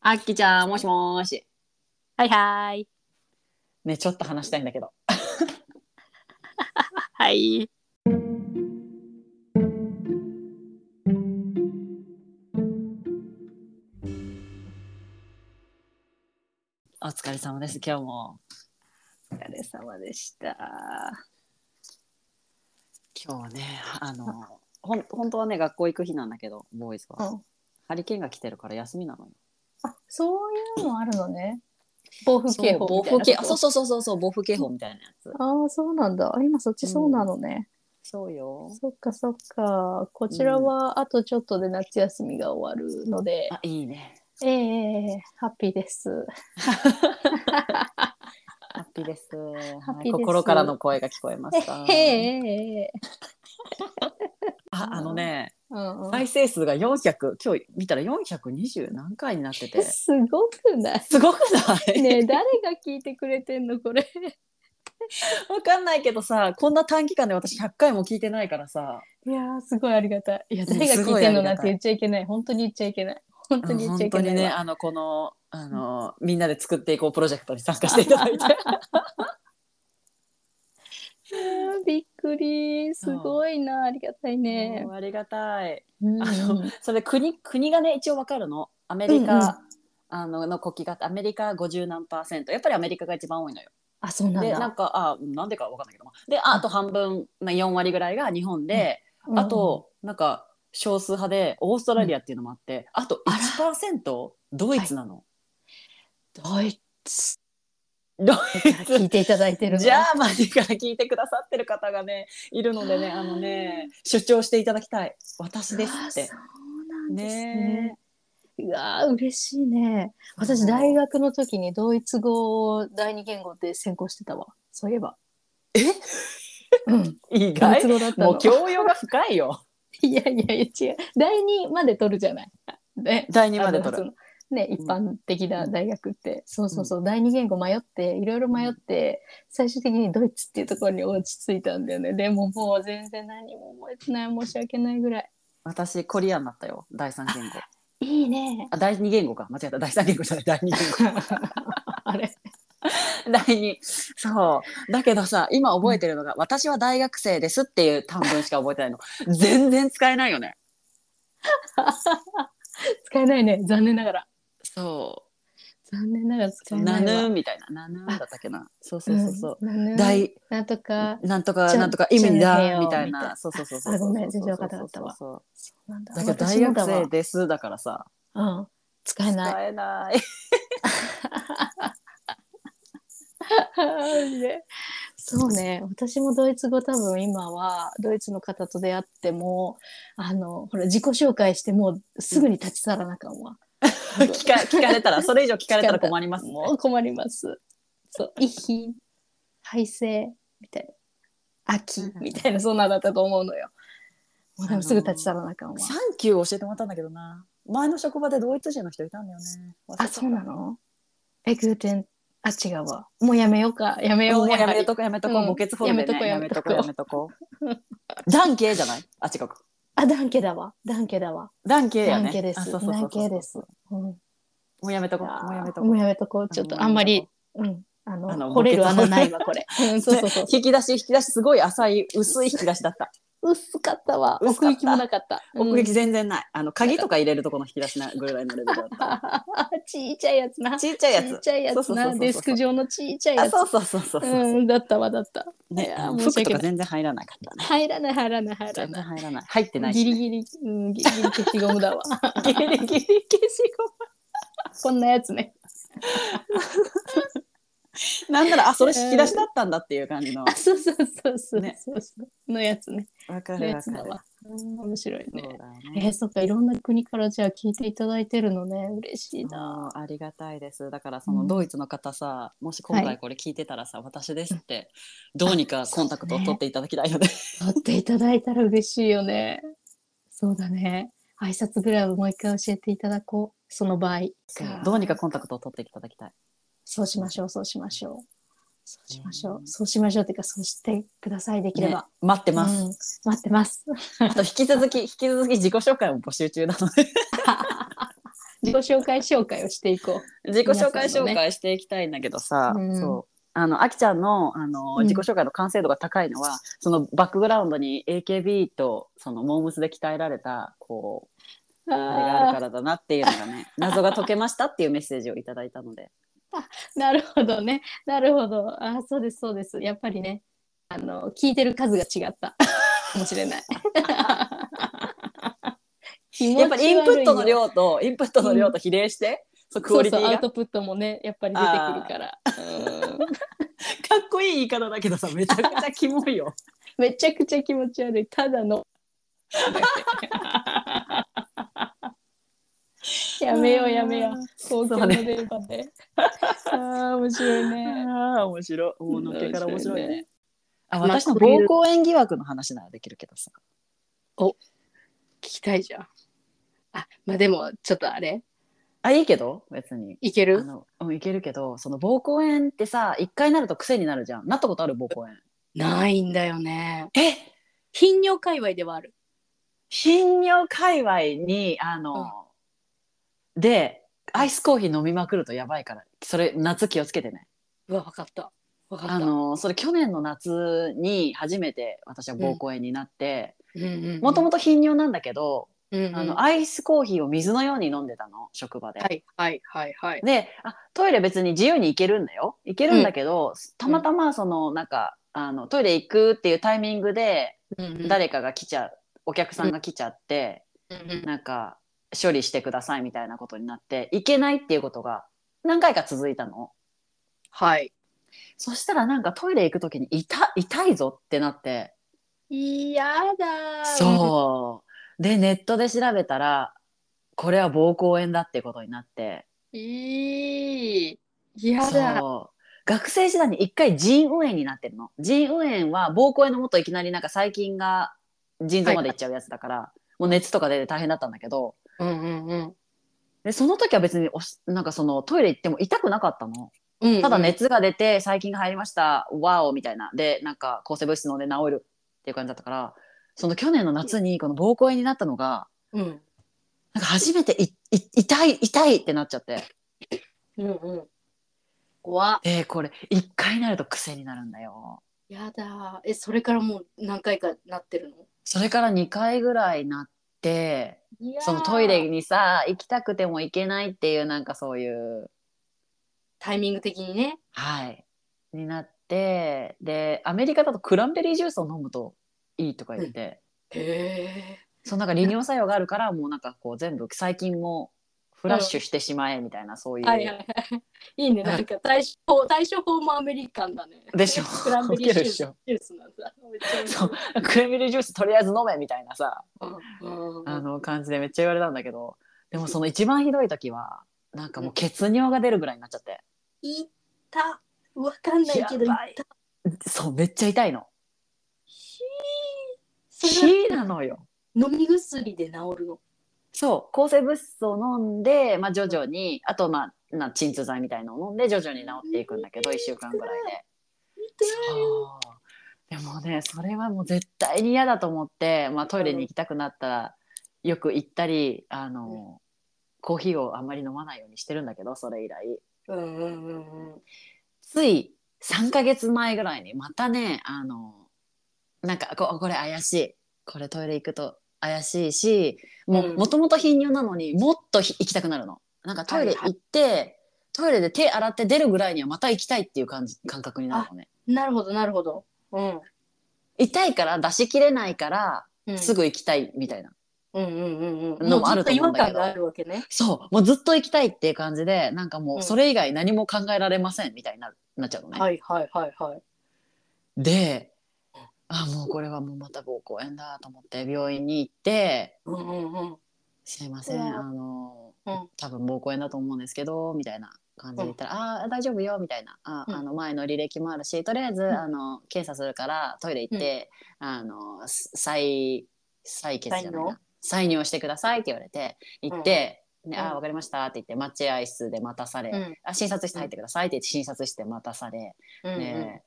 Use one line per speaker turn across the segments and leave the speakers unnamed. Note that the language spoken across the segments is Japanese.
あっきちゃん、もしもーし。
はいはい。
ね、ちょっと話したいんだけど。
はい。
お疲れ様です、今日も。
お疲れ様でした。
今日はね、あの、ほん本当はね、学校行く日なんだけど、ボーイズは。
あ、
ハリケーンが来てるから休みなのよ。
そういうのあるの ね。暴風警
そう
報
暴
みた
風警
いな
報。そうそうそうそうそう、暴風警報みたいなやつ。
ああ、そうなんだ。今そっちそうなのね。
そうよ。
そっかそっか。こちらはあとちょっとで夏休みが終わるので、
あ、いいね。
ええハッピーです。
ハッピーです。
ハ
は
ッピ
い
ーです
心からの声が聞こえました。
ええ
あ、あのね、
うんうん
再生数が400、今日見たら420何回になって て。
すごくない
すごくない、
ねえ誰が聞いてくれてんのこれ。
わかんないけどさ、こんな短期間で私100回も聞いてないからさ。
いやーすごいありがたい。いや
ね
誰が聞いてんのなん
すごいありがた
て
い
言っちゃいけない。本当に言っちゃいけない。本当に言っちゃいけない
うん本当にね、
わ。
あの、この、あの、みんなで作っていこうプロジェクトに参加していただい て。
うんびっくりすごいなありがたいね
も。うありがたい。
うん
あの、それ国、国がね、一応わかるの。アメリカ、
うんうん
あの、の国旗があって、アメリカ50何パーセント。やっぱりアメリカが一番多いのよ。
あそうなん
で、
だ。
なんか、あ、なんでかわかんないけども。で、ああと半分、まあ、4割ぐらいが日本で、
うん
あ、と、なんか、少数派で、オーストラリアっていうのもあって、あと1%、ドイツなの。
ドイツ
ドイツ
聞いていただいてるの。
じゃあマジから聞いてくださってる方がねいるのでねあのね主張していただきたい私です
あ
って
そうなんですね
ね。
うわー嬉しいね。私大学の時にドイツ語を第二言語で専攻してたわ。そういえば。
え
うん。
意
ドイ
外
ツ語だった
も
の
う。教養が深いよ
いやいやいや違う。第二まで取るじゃない。ね。
第2まで
あの
取
そ
る
のね、一般的な
うん
大学って、そうそうそう、第二言語迷っていろいろ迷って最終的にドイツっていうところに落ち着いたんだよねでももう全然何も覚えてない申し訳ないぐらい
私コリアンだったよ第3言語
いいね
あ第2言語か間違えた第3言語じゃない第2言語
あれ
第2そうだけどさ今覚えてるのが、私は大学生です」っていう短文しか覚えてないの全然使えないよね
使えないね残念ながら
そ
残念ながら
う「
使え
ナ
ない
ヌ
わ
ーン」みたいな「ナヌーン」だったっけなそうそうそうそう、
うんなん
第
なんとか
なんとか
じゃ
なんとか意味
じゃあ
だ
ね
みたい
みたい
な
な
そうそうそうそう
あごめん全然わかんなかったわ
そう
そうなんだ
そうそうだけど
私
大
のだ
学
わ
生ですだからさ
うん使えない
使えない
そうね私もドイツ語多分今はドイツの方と出会ってもあのほら自己紹介してもうすぐに立ち去らなあかんわ、
聞か聞かれたらそれ以上聞かれたら困ります ね
もう困りますそう「遺品」「廃生」みたいな「秋」みたいなそんなんだったと思うのよもう多分すぐ立ち去らなあかんわ
サンキュー教えてもらったんだけどな前の職場でドイツ人の人いたんだよね
あそうなのえグーテンあ違うわもうやめようかやめよ
も
う
うやめ
う
とこやめとこ、
うん
墓穴フォルメね
や
やめ
めと
と
こ
こ
や
や
め
めとこ じゃんけいじゃないあ違うか
あダンケだわダンケだわ
ダンケイ
ダ
やね
ンケです
あそうそうそ
ダ
う
ン
そう
ケです、うん
もうやめとこ
あー
もうやめと
も
こ
うやめとこう。ちょっとあんまり、うん。あの、
あの
掘れる
墓穴
穴ないわ、これ。 うん、そうそうそう。
引き出し引き出しすごい浅い薄い引き出しだった
薄かったわ。
薄
奥
かった
行きもなかった。
奥行き
うん
全然ない。あの鍵とか入れるとこの引き出しなぐらいのレベルだった。
ちいちゃいや つな。ち
ちっちゃいやつ。
いちゃいや
そう
つ
そうそうそう
な。
そう
デスク上のちいちゃい
あ、
やつ。
そうそうそうそうそう。
うん、だったわ、だった。い
ね、
やー
あの
申し
服と
訳な
か
い
全然入らなかったね。
入らない、入らない、入ら
全
な
然
い。
入らない。入ってない
ギ
し、ね。
リギリ、うん、ギリギリ消しゴムだわ。
ギリギリ。
こんなやつね。
なんなら、あ、それ引き出しだったんだっていう感じの
あ、。そうそうそうそう
ね
そうそう。のやつね。
わか
の
る
や
わ
つ
か
だ
る。
わ。うん面白い
そう
ね。
だ
え
ね。
ー、そっか、いろんな国からじゃあ聞いていただいてるのね。嬉しいな。
あーありがたいですだからそうの
ん
ドイツの方さ、もし今
は
回これ聞いてたらさ、私ですってどうにかコンタクトを取っていただきたいよね。
撮っていただいたら嬉しいよね。そうだね。挨拶ぐらいはもう一回教えていただこう。その場合。
そ
か
う どうにかコンタクトを取っていただきたい。
そうしましょう、そうしましょう。そうしましょう
う。ん
そうしましょうっていうか、そうしてください、できれば。
ね待ってます。
す、待ってます。
あと引き続き引き続き自己紹介も募集中なので。
自己紹介紹介をしていこ
自己紹介
皆さん
紹
のね
介していきたいんだけどさ、
うん
そうあのあきちゃんのあの
うん
自己紹介の完成度が高いのは、そのバックグラウンドに AKB とそのモームスで鍛えられたこう
う。
あれがある
あ
からだなっていうのが ね謎が解けましたっていうメッセージをいただいたので
あ、なるほどね。なるほど。あー、そうです、そうです。やっぱりね、あの、聞いてる数が違った。かもしれない。
やっぱりインプットの
気持ち悪いよ
量とインプットの量と比例して、そうクオリティ
そうそうア
が
ウトプットもね、やっぱり出てくるから。うん
かっこいい言い方だけどさめちゃくちゃキモいよ
めちゃくちゃ気持ち悪い。ただの。やめようやめよう。公共の電波で。ああ、面白い ね。
ああ面白いもうのっけから面白いね
面白いね
あ
まあ
私の
こうい
膀
う
胱炎疑惑の話ならできるけどさ
聞きたいじゃん。あ、まあでも、ちょっとあれ
あいいけど別に
いけ
あの、うん、いけるけどその膀胱炎ってさ一回なると癖になるじゃんなったことある膀胱炎
ないんだよね。
え
頻尿界隈ではある。
頻尿界隈にあの、でアイスコーヒー飲みまくるとやばいからそれ夏気をつけてね
うわ、わかった。わかった。
あのそれ去年の夏に初めて私は膀胱炎になって
うんうんうん、
もともと頻尿なんだけど、
うんうん、
あのアイスコーヒーを水のように飲んでたの職場で。
はいはいはいはい。
であトイレ別に自由に行けるんだよ行けるんだけど、たまたまそのなんかあのトイレ行くっていうタイミングで誰かが来ちゃうお客さんが来ちゃって、
うんうん
なんか処理してくださいみたいなことになって行けないっていうことが何回か続いたの。
はい。
そしたらなんかトイレ行く時に痛痛いぞってなって
いやだー。
そうでネットで調べたらこれは膀胱炎だってことになって。
いい。やだ。
そう学生時代に一回腎右炎になってるの腎右炎は膀胱炎のもっといきなりなんか細菌が腎臓までいっちゃうやつだから、もう熱とか出て大変だったんだけど
うんうんうん
でその時は別におしなんかそのトイレ行っても痛くなかったの
うんうん。
ただ熱が出て細菌が入りましたわおみたいなでなんか抗生物質飲んで治るっていう感じだったからその去年の夏にこの膀胱炎になったのが
うん。
なんか初めていい痛い痛いってなっちゃって
うんうん。怖っ
えこれ一回なると癖になるんだよ。
やだー。え、それからもう何回かなってるの
それから2回ぐらいなって
いやー
そのトイレにさ行きたくても行けないっていうなんかそういう
タイミング的にね。
はいになってでアメリカだとクランベリージュースを飲むといいとか言って、
へ
そのなんか利尿作用があるからもうなんかこう全部細菌もフラッシュしてしまえみたいな、そういう、
え。はいはい はい。いいね。な んか対処法、対処法もアメリカンだね。
でしょ
クランベリー
ウケる
ジ
でし
ュー
ょ
スジュースなんだ。めっちゃ面
そ
白いう
クランベリージュースとりあえず飲めみたいなさ
うんうん
あの感じでめっちゃ言われたんだけどでもその一番ひどい時はなんかもう血尿が出るぐらいになっちゃって、
いた。わかんないけど、い
やばい
た。
そうめっちゃ痛いの。
ひーそれは
火なのよ。
飲み薬で治るの。
そう抗生物質を飲んで、まあ、徐々にあとまあな鎮痛剤みたいのを飲んで徐々に治っていくんだけど1週間ぐらいで。そうでもねそれはもう絶対に嫌だと思って、まあ、トイレに行きたくなったらよく行ったりあの、コーヒーをあんまり飲まないようにしてるんだけどそれ以来
うんうんうんうん。
つい3ヶ月前ぐらいにまたねあのなんかここれ怪しいこれトイレ行くと怪しいしも,、
うん
もともと頻尿なのにもっとひ行きたくなるのなんかトイレ行って、トイレで手洗って出るぐらいにはまた行きたいっていう感じ感覚になるのね
なるほどなるほど。うん。
痛いから出しきれないから
うん、
すぐ行きたいみたいな、
うんうんうんうん。
のもあると思うんだけ
もうずっと違和感
ど
があるわけね。
そうもうずっと行きたいっていう感じでなんかもうそれ以外何も考えられませんみたいになるなっちゃうのね、
はいはいはいはい。
であもうこれはもうまた膀胱炎だと思って病院に行って
うんうんうん。
「すいません
うわ
あの、
うん
多分膀胱炎だと思うんですけど」みたいな感じで言ったら「あー大丈夫よ」みたいなあ、
うん
あの前の履歴もあるしとりあえず、
ん
あの検査するからトイレ行って、あのす再採血じゃないな採尿してください」って言われて行って「ね、
うん
あーわかりました」って言って待合室で待たされ「
うん
あ診察室入ってください」って言って診察室で待たされ、
うんうん
ね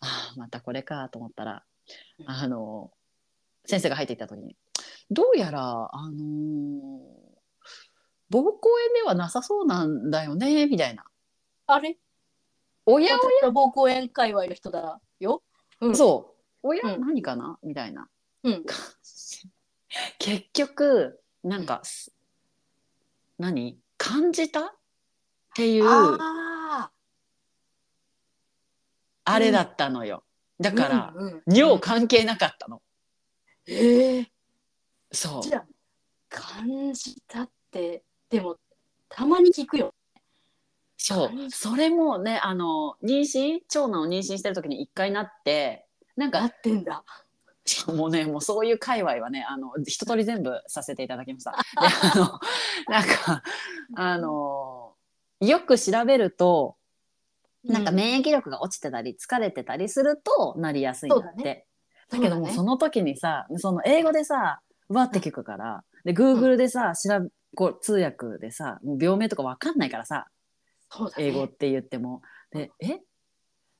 ああまたこれかと思ったら
うん
あの先生が入っていった時にどうやらあのー膀胱炎ではなさそうなんだよねみたいな
あれ
おや
私は膀胱炎界隈の人だよ。
お
う
や
ん
そうおや
うん
何かなみたいな
うん。
結局なんか、す何感じたっていうあ
ああ。
れだったのよ、だから、
うんうん
尿関係なかったの、
ええ
そう
じゃあ感じたってでもたまに聞くよ。
そ
感
う
じ
それもねあの妊娠長男を妊娠してる時に一回なってなん
合
か
ってんだ。
もうねもうそういう界隈はねあの一通り全部させていただきま した。であのなんかあのよく調べるとなんか
う
免疫力が落ちてたり疲れてたりするとなりやすいんだ
そう
っ
だ
て。だけども
そううだね
その時にさその英語でさわって聞くからで Google でさ調べこう通訳でさもう病名とかわかんないからさ
そうだね
英語って言っても。で、え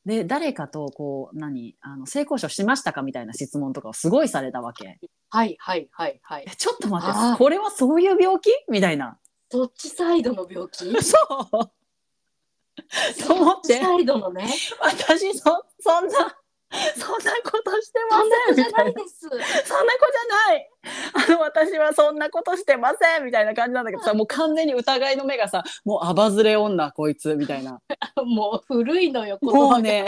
で、誰かと、こう、何、あの、性交渉しましたかみたいな質問とかをすごいされたわけ。
はいはいはいはい
え。ちょっと待って
あー、
これはそういう病気みたい な。
そっちサイドの病 気
そうと思っ
そち
て、
サイドのね。
私、そ、そんな、 そんなことしてま
そんな
せ
子
ん
じ
み
ゃ
た
ないい
な。
です。
そんな子じゃないあの、私はそんなことしてませんみたいな感じなんだけどさ、もう完全に疑いの目がさ、もうあばずれ女、こいつ、みたいな。
もう古いのよ。言
も
葉
う ね。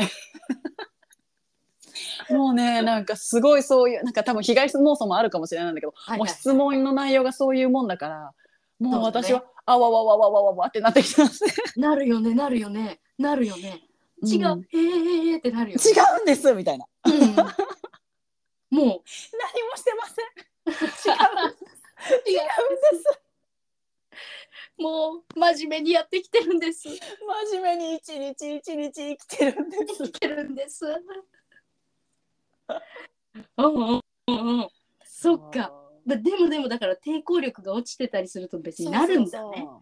もうね、なんかすごいそういう、なんか多分被害妄想もあるかもしれないんだけど、
はい
も
は
う
い
質問の内容がそういうもんだから、もう
そうだね
私は、あわわわわわわわってなってきてますね。
なるよねなるよねなるよね。違
うん
う。えええーってなるよね。
違うんですみたいな。
うん。も
何もしてま せん。違うんです。違うんです。
うもう真面目にやってきてるんです。
真面目に一日一日生きてるんです。
生きてるんです。うんうんうんうん。そっか。までもでもだから抵抗力が落ちてたりすると別になるんだ
そうそう
ね。
そう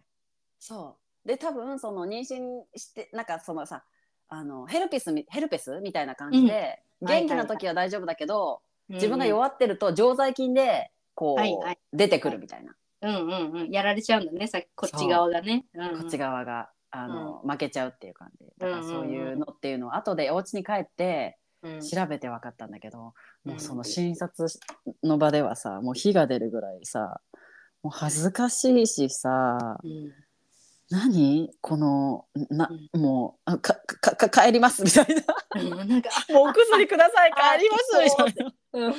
そうで多分その妊娠してなんかそのさあのヘルピスみヘルペスみたいな感じで、
うん
元気な時は大丈夫だけど、自分が
い。
弱ってると常在菌でこう、
はいはい
出てくるみたいな、
うんうんうん。やられちゃうんだね。さっきこっち側がね。うんうん
こっち側があの、負けちゃうっていう感じだからそういうのっていうのを後でお家に帰って
うん
調べて分かったんだけど、
うん
もうその診察の場ではさもう火が出るぐらいさもう恥ずかしいしさ
うん
何このな、もうあかかか帰りますみ たいな
うんなんか、
もうお薬ください帰りますみたいな
うん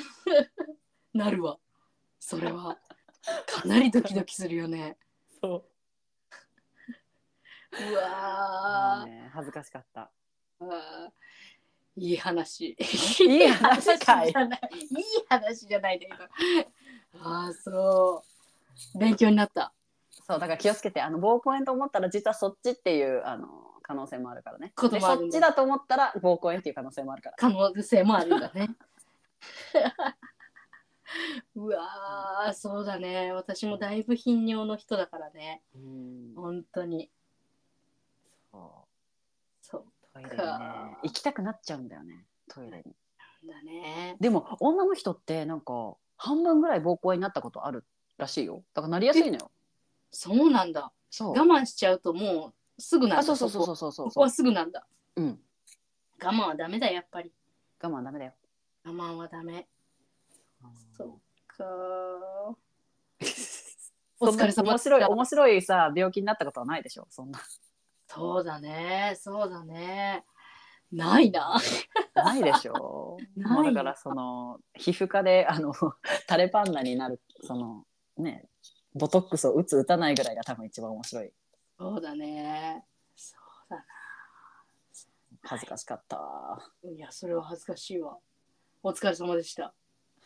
なるわ。それは。かなりドキドキするよね。
そう
わ
うね恥ずかしかった
ーうわーいい話。
いい話か
い
い
い話じゃない。いい話じゃないんだけど。ああ、そう。勉強になった。
そうだから気をつけてあの膀胱炎と思ったら実はそっちっていうあの可能性もあるからね
こと
で
もある
そっ
んだ
ちだと思ったら膀胱炎っていう可能性もあるから
可能性もあるんだね。 うわー、そうだね。私もだいぶ頻尿の人だからね。
うん
本当に。
そ
そう
トイレにね
か
行きたくなっちゃうんだよねトイレに
うだね。
でも女の人ってなんか半分ぐらい膀胱炎になったことあるらしいよだからなりやすいのよ
そうなんだ。
そう
我慢しちゃうともうすぐなんだ。
あそうそうそう
こ
そうそうそ
こ
う
ここはすぐなんだ。
うん
我慢はダメだ、やっぱり。
我慢ダメだよ
我慢はダメ。そっかー。お
そん
疲
な
れ様
面
でし
白い
た
面白いさ病気になったことはないでしょそんな
そうだね、そうだね。ないな。
ないでしょ
ない
もうだからその皮膚科であの タレパンナになるそのねボトックスを打つ打たないぐらいが多分一番面白い
そうだね。そうだ
恥ずかしかったは
な。いや、それは恥ずかしいわ。お疲れ様でした。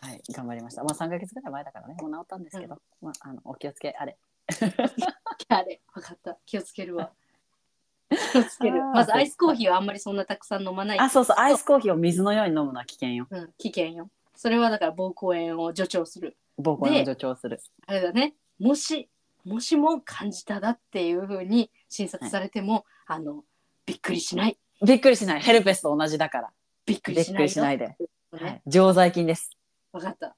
い、頑張りましたまあ3ヶ月ぐらい前だからねもう治ったんですけど、まあ、あのお気をつけあれ
あれ、わかった。気をつけるわ。気をつける
あ。ー
まずアイスコーヒーはあんまりそんなたくさん飲まない。
あそうそうアイスコーヒーを水のように飲むのは危険よ
うん、危険よ。それはだから膀胱炎を助長する。
膀胱炎を助長する
あれだね。もし、もしも感じただっていうふうに診察されても、あの、びっくりしない。
びっくりしないヘルペスと同じだから
びっく
び
り
っ
し
く
ないよ。
りしないで、
ね
はい、常在菌です
わかった。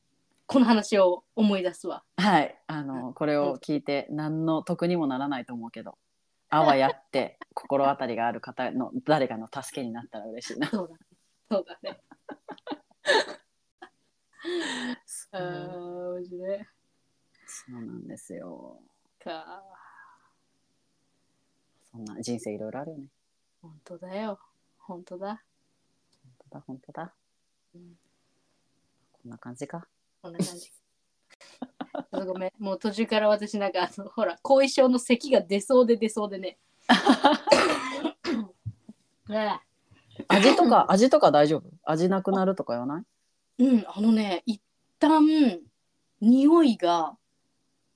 この話を思い出すわ。
はい、あのこれを聞いて何の得にもならないと思うけ ど、あわやって心当たりがある方の誰かの助けになったら嬉しい な。
そうだね。そうだね。あ
そ
あ、面白いう
なんですよ。
か。
そんな人生いろいろあるよね。
本当だよ。本当だ。
本当だ本当だ。
うん
こんな感じか。
こんな 感じ。ちょっとごめん。もう途中から私なんか、あのほら、後遺症の咳が出そうで出そうで ね。ね
味と か味とか大丈夫？味なくなるとか言わない？
えうん、あのね、一旦、匂いが、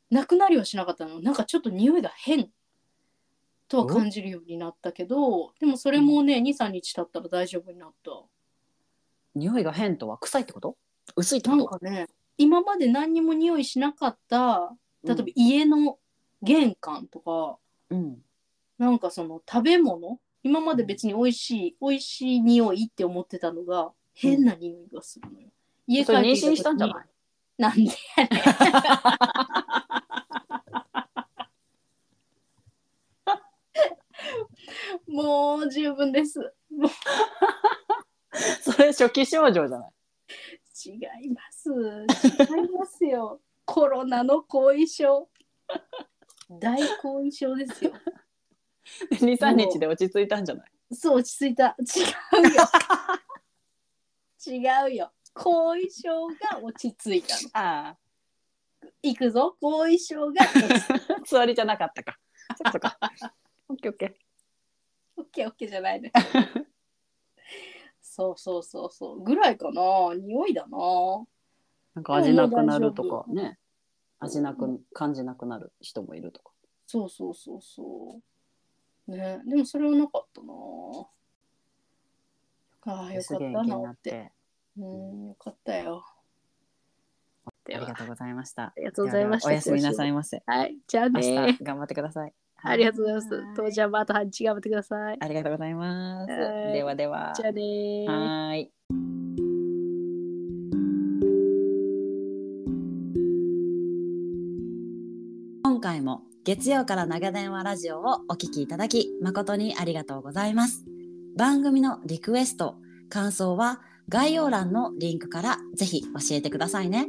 なくなりはしなかったの。なんかちょっと匂いが変とは感じるようになったけど、でもそれもね、2、3日経ったら大丈夫になった。
匂いが変とは臭いってこと？薄いって
な
こ
ん
と？
かね今まで何にも匂いしなかった例えば家の玄関とか、
うん
なんかその食べ物今まで別に美味しい美味しい匂いって思ってたのが変な匂いがするのよ。家
それ
帰ってき
妊娠したんじゃない
時になんでやねんもう十分です。
それ初期症状じ ゃない？
違います。違いますよ。コロナの後遺症。大後遺症ですよ。
二三日で落ち着いたんじゃない？
そう、落ち着いた。違うよ。違うよ。後遺症が落ち着いたの。
あ
いくぞ。後遺症が落ち 着いた。
あ、つわりじゃなかったか。そっかそっ か。オッケーオッケー。
オッケーオッケーじゃないね。そうそうそうそう。ぐらいかな。匂いだな。
なんか味なくなるとかね。味なく感じなくなる人もいるとか。
そうそうそうそう。ね、でもそれはなかったな。ああ、よか
す
っ
げえ
た
気
な
にな
っ。
ってて。
うん、よかったよ。
ありがとうございました。あ
りがとうございました
おやすみなさいませ。
はい、じゃあ
明日
ね。
頑張ってください。
ありがとうございます
は。
当時はまた半日頑張ってください。
ありがとうございます。
はい
ではでは。
じゃあね
はーい。今回も月曜から長電話ラジオをお聞きいただき誠にありがとうございます。番組のリクエスト、感想は概要欄のリンクからぜひ教えてくださいね。